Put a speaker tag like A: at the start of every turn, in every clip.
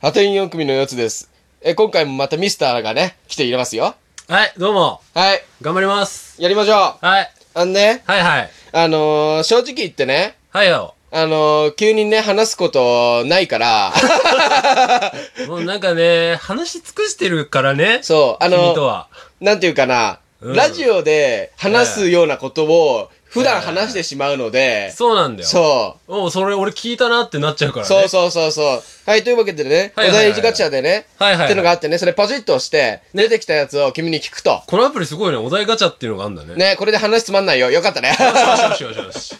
A: ハテン4組の4つです。え、今回もまたミスターがね、来ていますよ。
B: はい、どうも。
A: はい。
B: 頑張ります。
A: やりましょう。
B: はい。
A: あのね、
B: はいはい。
A: あのー正直言ってね、
B: はいよ。
A: あのー急にね、話すことないから、
B: もうなんかね、話し尽くしてるからね。
A: そう、あ
B: 君と
A: の
B: は。
A: なんていうかな、
B: うん
A: ラジオで話すようなことを普段話してしまうので、
B: そうなんだよ。
A: そう。
B: う。もうそれ俺聞いたなってなっちゃうからね。
A: そうそうそうそう。はい、というわけでね、お
B: はいはいはい
A: 題一ガチャでね、
B: はいはいはい
A: ってのがあってね、それポチッと押して、出てきたやつを君に聞くと。
B: このアプリすごいね、お題ガチャっていうのがあるんだね。
A: ね、これで話つまんないよ。よかったね。
B: よしよしよし よし。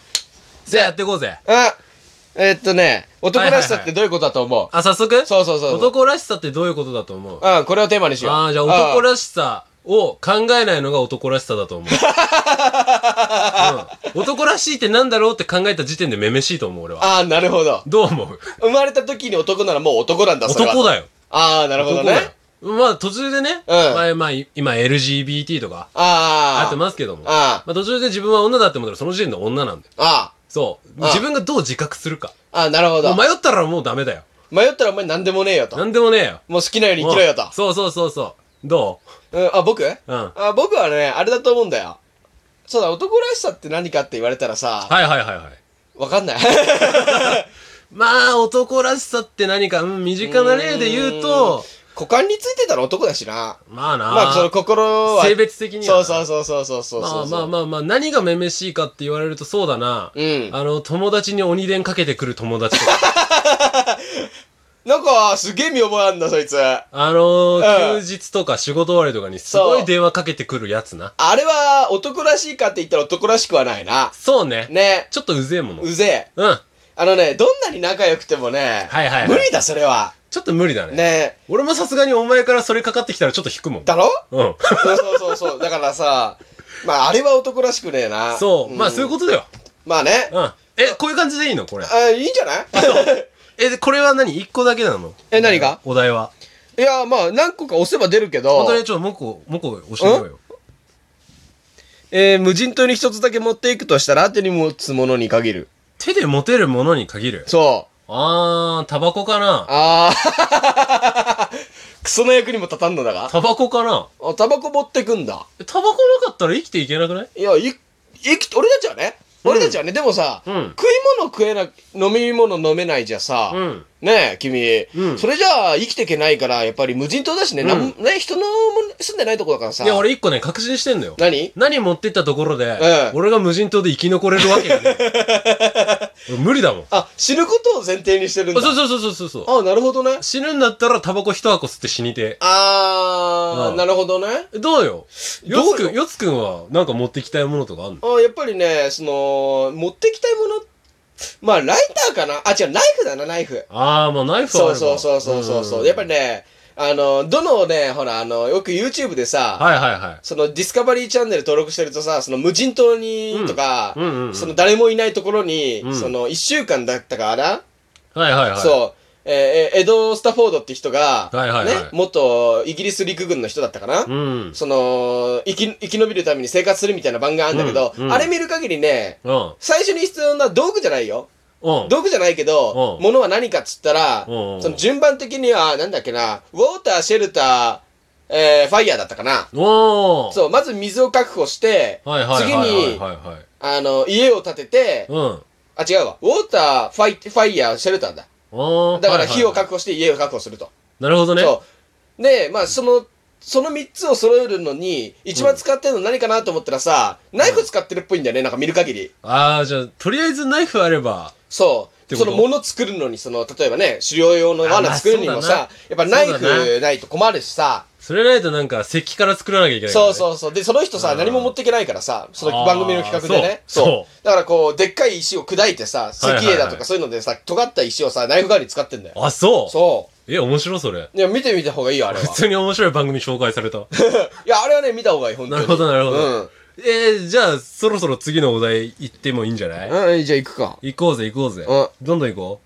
B: じゃあやっていこうぜ。
A: あ、えっとね、男らしさってどういうことだと思う、
B: あ、早速
A: そうそうそう
B: 男らしさってどういうことだと思う
A: うん、これをテーマにしよう。
B: ああ、じゃあ男
A: し
B: らしさを考えないのが男らしさだ と思う。うん、男らしいってなんだろうって考えた時点でめめしいと思う、俺は。
A: ああ、なるほど。
B: どう思う
A: 生まれた時に男ならもう男なんだ、それは。
B: 男
A: だ。
B: だよ。
A: ああ、なるほど
B: 男
A: ね
B: だ。よ。まあ途中でね、
A: うん
B: まあまあ今 LGBT とか
A: ああ。
B: あってますけども、
A: あ
B: まあ途中で自分は女だって思ったらその時点で女なんだよ。
A: あ
B: そう。
A: あ
B: 自分がどう自覚するか。
A: あ、ああ、なるほ
B: もう
A: ど。
B: 迷ったらもうダメだよ。
A: 迷ったらお前何でもねえよと。
B: なんでもねえよ。
A: もう好きなように生きろよと
B: うん。そうそうそうそう。ど
A: うん、あ、僕
B: ううん。
A: あ僕はね、あれだと思うんだよ。そうだ、男らしさって何かって言われたらさ、
B: はいはいはいはい。
A: わかんない。
B: まあ、男らしさって何か、うん、身近な例で言うと、
A: 股間についてたら男だしな。
B: まあな、
A: まあ、その心は。
B: 性別的には
A: そう
B: な。
A: そうそうそうそうそうそう。
B: まあまあまあまあ、何がめめしいかって言われるとそうだな。
A: うん
B: あの、友達に鬼伝かけてくる友達とか。
A: なんか、すげえ見覚えあんだ、そいつ。あ
B: あのー
A: うん
B: 休日とか仕事終わりとかにすご
A: そう
B: い電話かけてくるやつな。
A: れは、男らしいかって言ったら男らしくはないな。
B: そうね。
A: ね。
B: ちょっとうぜえもの。う。
A: うんぜえ。あのね、どんなに仲良くてもね、
B: はいはいはい
A: 無理だ、それは。
B: ちょっと無理だね。
A: ね。
B: 俺もさすがにお前からそれかかってきたらちょっと引くもん。
A: だろ
B: うん。
A: そうそうそうそう。 だからさ、まあ、あれは男らしくねえな。
B: そう。まあ、
A: ん
B: そういうことだよ。
A: まあね。
B: うん。え、こういう感じでいいのこれ。
A: あ、いいんじゃない
B: え、でこれは何一個だけなの
A: え何が
B: お題は。
A: いや、まあ、何個か押せば出るけど、
B: 本当にちょっともう一個、もう一個教えようよ。
A: えー無人島に一つだけ持っていくとしたら、手に持つものに限る。
B: 手で持てるものに限る。
A: そう。
B: あー、タバコかな
A: ああ クソの役にも立たんのだが。
B: タバコかな
A: あ、タバコ持ってくんだ。
B: えタバコなかったら生きていけなくない
A: いや、い、生き、俺たちはね、
B: うん
A: 俺たちはね、でもさ、
B: うん。
A: 食い物食えな、飲み物飲めないじゃさ、
B: うん。
A: ねえ、君、
B: うん
A: それじゃあ生きていけないから、やっぱり無人島だしね、なんもね、人の住んでないとこだからさ。
B: いや、俺一個ね、確信してんのよ。
A: 何
B: 何持ってったところで、
A: うん
B: 俺が無人島で生き残れるわ けがねえ俺無理だもん。あ
A: あ、死ぬことを前提にしてるんだ。
B: そうそうそうそうそうそう。
A: あ、なるほどね。
B: 死ぬんだったらタバコ一箱吸って死にて。
A: あー、
B: うん
A: なるほどね。
B: どうよよつ
A: どう
B: く
A: よ
B: ん、よつくんはなんか持ってきたいものとかあんの
A: あやっぱりね、その、持ってきたいもの、まあ、ライターかなあ、違う、ナイフだな、ナイフ。
B: ああ、まあナイフはあ
A: そう
B: る
A: そうそうそうそうそう。やっぱり
B: ね。
A: ね、あの、どのね、ほら、あの、よく YouTube でさ、
B: はいはいはい。
A: そのディスカバリーチャンネル登録してるとさ、その無人島にとか、
B: うんうんうん
A: その誰もいないところに、
B: うん
A: その一週間だったかな、
B: はいはいはい。
A: そう。えーえエド・スタフォードって人が、
B: はいはいはい
A: ね、元イギリス陸軍の人だったかな、
B: うん。
A: その生き、生き延びるために生活するみたいな番があるんだけど、
B: うんうん
A: あれ見る限りね、
B: うん。
A: 最初に必要な道具じゃないよ。
B: うん。
A: 道具じゃないけど、
B: うん
A: ものは何かっつったら、
B: うんうん
A: その順番的には、なんだっけな、ウォーター、シェルター、えーファイヤーだったかな。
B: おー
A: そう、まず水を確保して、
B: はいはいはいはい
A: 次に、
B: はいはい。
A: あの、家を建てて、
B: うん。
A: あ、違うわ。ウォーター、ファイ、ファイヤー、シェルターだ。
B: おー
A: だから
B: はいはい
A: 火を確保して家を確保すると。
B: なるほどね。
A: そう。で、まあ、その、その3つを揃えるのに、一番使ってるの何かなと思ったらさ、ナイフ使ってるっぽいんだよね、なんか見る限り。
B: ああ、じゃあ、とりあえずナイフあれば。
A: そ
B: て
A: う。
B: こ
A: そ
B: と
A: の物作るのに、その、例えばね、狩猟用の罠作るにも
B: あまあ
A: さ、やっぱ
B: うだな
A: ナイフないと困るしさ、
B: それないとなんか石器から作らなきゃいけないか
A: そう
B: らね。
A: そうそう。で、その人さ、
B: うん
A: 何も持っていけないからさ、その番組の企画でね
B: あ。ーそうそ
A: だからこう、でっかい石を砕いてさ、石
B: いはいはい
A: 英だとかそういうのでさ、尖った石をさ、ナイフ代わりに使ってんだよ。
B: あ、そう
A: そ
B: え、面白いそれ。
A: う。いや、見てみた方がいいよ、 あれは。
B: 普通に面白い番組紹介 された。
A: いや、あれはね、見た方がいい、本当
B: な
A: に。
B: るほど、なるほど。
A: うん。
B: えー、じゃあ、そろそろ次のお題行ってもいいんじゃない
A: うん、じゃあ行くか。
B: 行こうぜ、行こうぜ
A: うん。
B: どんどん行こ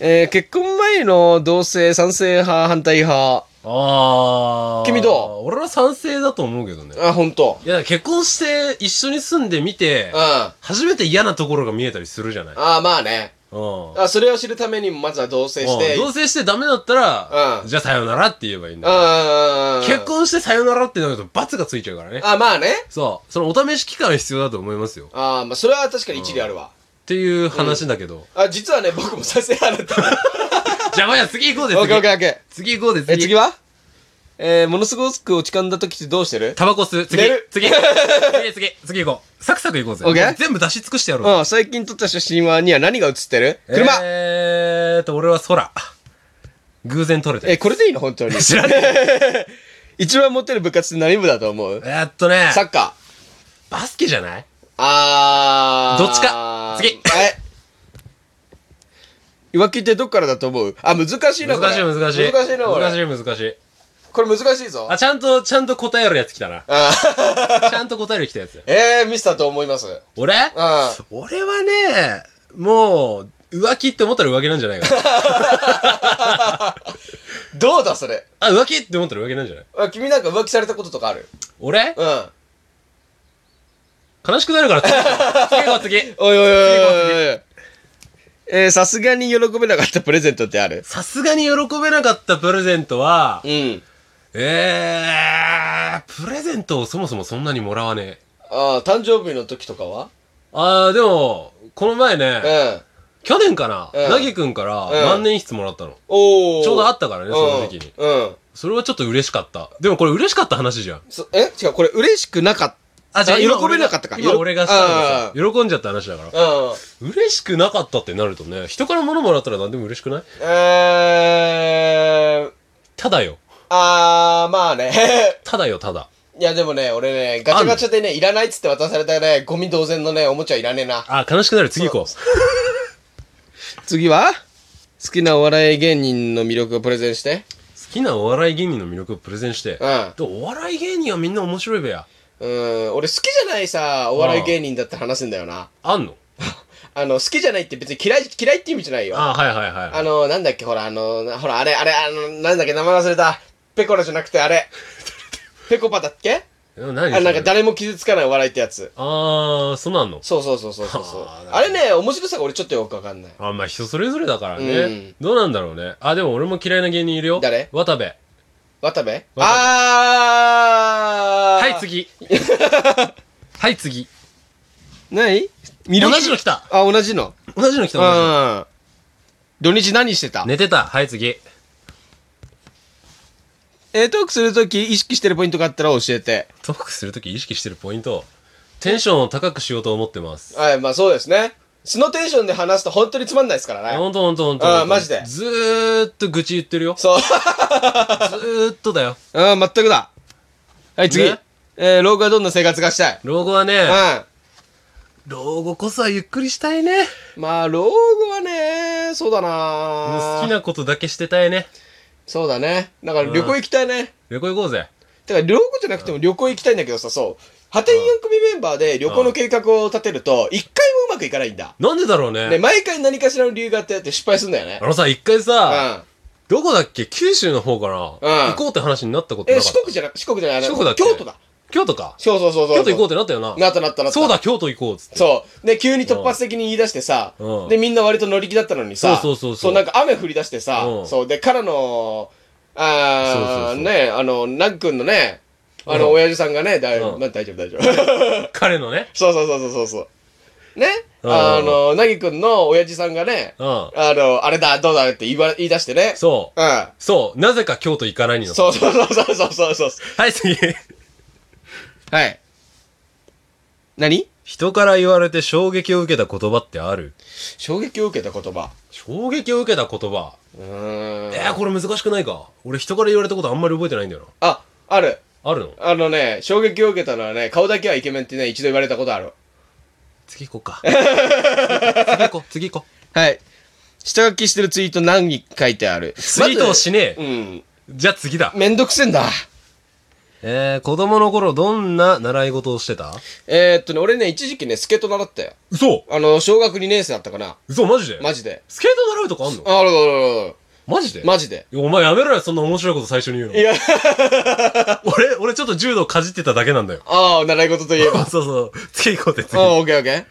A: えー、結婚前の同性、賛成派、反対派。
B: う。ああ。
A: 君ど
B: う俺は賛成だと思うけどね。
A: あ、本当。
B: いや、結婚して一緒に住んでみて
A: うん。、あ
B: 初めて嫌なところが見えたりするじゃない
A: あ、まあね。
B: うん。
A: あ、それを知るためにもまずは同棲して。
B: うん同棲してダメだったら
A: う、ん
B: じゃあさよならって言えばいいんだよ。
A: ああ。
B: 結婚してさよならってなると罰がついちゃうからね。
A: あ、まあね。
B: そう。そのお試し期間は必要だと思いますよ。っ
A: ああ、まあそれは確かに一理あるわ。
B: ていう話だけど。
A: あ、実はね、僕も再生あるって。
B: じゃあまあ次行こうぜ、
A: オッケーオッケ
B: 次。
A: ーオッケ
B: 次行こうぜ、
A: ー。え、
B: 次
A: 次。はえー、ものすごく落ち込んだ時ってどうしてる
B: タバコ吸う。次
A: 寝る。
B: 次。次、次、次行こう。サクサク行こうぜ。
A: オッケー
B: 全部出し尽くしてやろう。
A: うん、最近撮った写真はには何が写ってる車、え
B: えーと、俺は空。偶然撮れたや
A: これでいいの本当に。
B: つ。知らねえ。
A: 一番モテる部活って何部だと思う
B: えーっとね、
A: サッカー。
B: バスケじゃない
A: あー。
B: どっちか次
A: え浮気ってどっからだと思うあ、難しいな、
B: 難
A: これ。
B: しい難しい。
A: 難しいな、これ。
B: 難しい難しい。
A: これ難しいぞ。。
B: あ、ちゃんと、ちゃんと答えるやつ来たな
A: あ
B: ちゃんと答える来たやつ。
A: えー、ミスだと思います。
B: 俺
A: あ
B: 俺はね、もう、浮気って思ったら浮気なんじゃないかな。
A: どうだ、それ。
B: あ、浮気って思ったら浮気なんじゃない
A: あ君なんか浮気されたこととかある
B: 俺
A: うん。
B: 悲しくなるから次行こう、次行こう、次。
A: おいおいおいおいおい。えー、さすがに喜べなかったプレゼントってある
B: さすがに喜べなかったプレゼントは、
A: うん。
B: えー、プレゼントをそもそもそんなにもらわねえ。
A: ああ、誕生日の時とかは
B: あー、でも、この前ね、
A: うん。
B: 去年かな、
A: うん
B: なぎくんから
A: うん
B: 万年筆もらったの。
A: おお。
B: ちょうどあったからね、その時期に。
A: うん。うん。
B: それはちょっと嬉しかった。でもこれ嬉しかった話じゃん。
A: そえ違う、これ嬉しくなかっ
B: あ
A: じゃあ
B: 今
A: 喜べなかったか
B: 俺が今俺がしたからさ、喜んじゃった話だから。
A: た。うん。
B: 嬉しくなかったってなるとね、人から物もらったら何でも嬉しくない
A: えー、
B: ただよ。
A: あー、まあね。
B: ただよ、ただ。
A: いや、でもね、俺ね、ガチャガチャでね、いらないっつって渡されたね、ゴミ同然のね、おもちゃいらねえな。
B: あ、悲しくなる。次行こう。
A: 次は好きなお笑い芸人の魅力をプレゼンして。
B: 好きなお笑い芸人の魅力をプレゼンして
A: う。ん。
B: でお笑い芸人はみんな面白いべや。
A: うん、俺好きじゃないさ、お笑い芸人だって話すんだよな。
B: あんの
A: あの、好きじゃないって別に嫌い、嫌いって意味じゃないよ。あ
B: あ、はいはいはい。
A: の、なんだっけ、ほら、あの、ほら、あれ、あれ、あの、なんだっけ、名前忘れた。ペコラじゃなくて、あ れ。ペコパだっけ
B: え何
A: あ、なんか
B: それ
A: 誰も傷つかないお笑いってやつ。
B: あー、そんなんあんの
A: そうそうそうそうそうそう
B: はあなるほ。ど
A: あれね、面白さが俺ちょっとよくわかんない。
B: あ、まあ人それぞれだからね。
A: うん
B: どうなんだろうね。あ、でも俺も嫌いな芸人いるよ。
A: 誰
B: 渡部。
A: 渡部
B: 部
A: あー
B: は い、。次。はい、次。
A: 何
B: 同じの来た。
A: あ、同じの。
B: 同じの来
A: う
B: た、同じの。
A: ん。土日何してた
B: 寝てた。はい、次。
A: えー、トークするとき意識してるポイントがあったら教えて。
B: トークするとき意識してるポイント。テンションを高くしようと思ってます。
A: はい、まあそうですね。素のテンションで話すと本当につまんないですからね。
B: ほんとほんとほんと。
A: あーマジで
B: ずーっと愚痴言ってるよ。ず
A: そう。
B: ーっとだよ。
A: うん、全くだ。はい、次。
B: ね
A: えー、老後はどんな生活がしたい
B: 老後はね、
A: う
B: 老後こそはゆっくりしたいね。
A: ん。まあ、老後はね、そうだな
B: もう好き
A: な。
B: なことだけしてたいね。
A: そうだね。だから旅行行きたいね。
B: 旅行行こうぜ。
A: だから老後じゃなくても旅行行きたいんだけどさ、そう。破天4組メンバーで旅行の計画を立てると、一回もうまくいかないんだ。
B: なんでだろうね。
A: ね、毎回何かしらの理由があってやって失敗するんだよね
B: あ。のさ、一回
A: う
B: さ、
A: ん。
B: どこだっけ九州の方か
A: う
B: な、
A: ん
B: 行こうって話になったことな
A: え、
B: かっ
A: 四
B: た。
A: 国じゃなく、四国じゃない、あれ
B: 四国だっけ
A: 京都だ。
B: 京都か。
A: そうそうそうそう。
B: 京都行こうってなったよな。
A: なったなったなった。
B: そうだ、京都行こうっつって。
A: そう。で、急に突発的に言い出してさ
B: うん、
A: で、みんな割と乗り気だったのにさ、
B: そうそうそうそう
A: なんか雨降り出してさ
B: う、ん
A: そう。で、からの、あ
B: そうそうそ
A: ー、
B: う
A: ね、あの、なっくんのね、あの、
B: うん
A: 親父さんがね、だい
B: うん
A: まあ大丈夫 大丈夫。
B: 彼のね。
A: そうそうそうそうそうそう。ね
B: うん
A: あの、なぎくんの親父さんがね、
B: うん
A: あの、あれだ、どうだって言わ、言い出してね。
B: そう。
A: うん。
B: そう。なぜか京都行かないの。
A: そうそうそうそうそうそう。
B: はい、次。
A: はい。何
B: 人から言われて衝撃を受けた言葉ってある
A: 衝撃を受けた言葉。
B: 衝撃を受けた言葉。
A: うーん。
B: えー、これ難しくないか俺人から言われたことあんまり覚えてないんだよ
A: あ、ある。
B: な。あるの
A: あのね、衝撃を受けたのはね、顔だけはイケメンってね、一度言われたことある。
B: 次行こう か。次行こう、次行こう。
A: はい。下書きしてるツイート何書いてある
B: ツイートをしね
A: う
B: え。
A: ん。
B: じゃあ次だ。
A: めんどくせんだ。
B: えー、子供の頃どんな習い事をしてた
A: えー、っとね、俺ね、一時期ね、スケート習ったよ。
B: 嘘
A: あの、小学2年生だったかな。
B: 嘘マジで
A: マジで。
B: スケート習うとかあんの
A: ああるあるある
B: マジで
A: マジで。
B: いやお前やめろよ、そんな面白いこと最初に言うの。
A: いや
B: 俺、俺ちょっと柔道かじってただけなんだよ
A: 。ああ、習い事といえば。あ
B: そうそう。次行こうぜ、次。
A: あ、オッケーオッケー。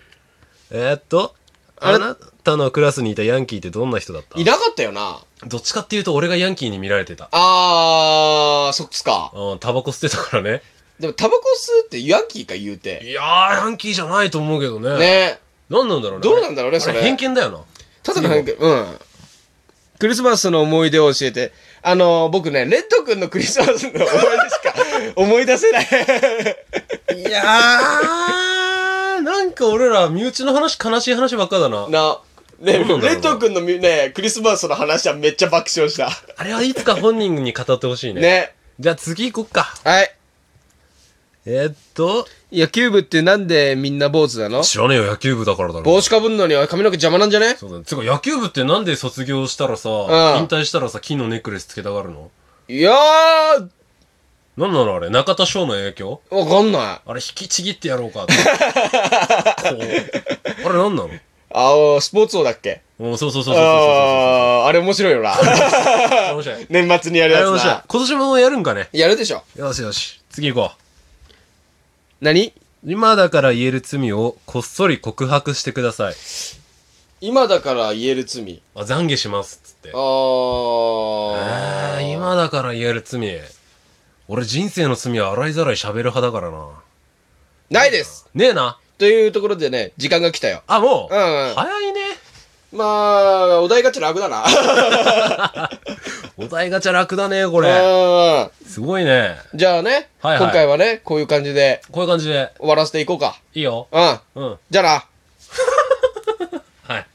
B: えーっと、あなたのクラスにいたヤンキーってどんな人だった
A: いなかったよな。
B: どっちかっていうと俺がヤンキーに見られてた。
A: あー、そっちか。
B: うん、タバコ吸ってたからね。
A: でも、タバコ吸うってヤンキーか言うて。
B: いやー、ヤンキーじゃないと思うけどね。
A: ね
B: 何なんだろうね。
A: どうなんだろうね
B: あ
A: それ
B: 偏見だよな。
A: ただの変化うん。クリスマスの思い出を教えて。あの僕ね、レッド君のクリスマスの思い出しか思い出せ ない。
B: いやー、なんか俺ら、身内の話、悲しい話ばっかだな。
A: な、ね、レ
B: どうなんだろうな
A: ッド君のみね、クリスマスの話はめっちゃ爆笑した。
B: あれはいつか本人に語ってほしいね。
A: ね。
B: じゃあ次行こっか。
A: はい。
B: えーっと、
A: 野球部ってなんでみんな坊主なの
B: 知らねえよ、野球部だからだろ。
A: 帽子かぶんのには髪の毛邪魔なんじゃね
B: そうだね。つうか、野球部ってなんで卒業したらさ、
A: ん
B: 引退したらさ、金のネックレスつけたがるの
A: いやー、
B: なんなのあれ中田翔の影響
A: わかんない。
B: あれ、引きちぎってやろう かって。こうあれ、なんなの
A: あー、スポーツ王だっけ
B: うん、そうそうそうそうそうそうそう。
A: あー、あれ面白いよな。
B: 面白い。
A: 年末にやる
B: あれ
A: や
B: 面
A: つ
B: 白い
A: な。。
B: 今年もやるんかね。
A: やるでしょ。
B: よしよし。次行こう。
A: 何
B: 今だから言える罪をこっそり告白してください。
A: 今だから言える罪。
B: あ、懺悔します。つって
A: あ。
B: あ
A: ー。
B: ー今だから言える罪。俺人生の罪は洗いざらい喋る派だからな。
A: ないです。
B: ねえな。
A: というところでね、時間が来たよ。
B: あ、もう、
A: うんうん
B: 早いね。
A: まあ、お題ガチャ楽だな。
B: お題ガチャ楽だね、これ。
A: うん。
B: すごいね。
A: じゃあね、
B: はいはい
A: 今回はね、こういう感じで
B: こういう感じで。
A: 終わらせていこうか。
B: いいよ。
A: うん。
B: うん。
A: じゃあな。
B: はい。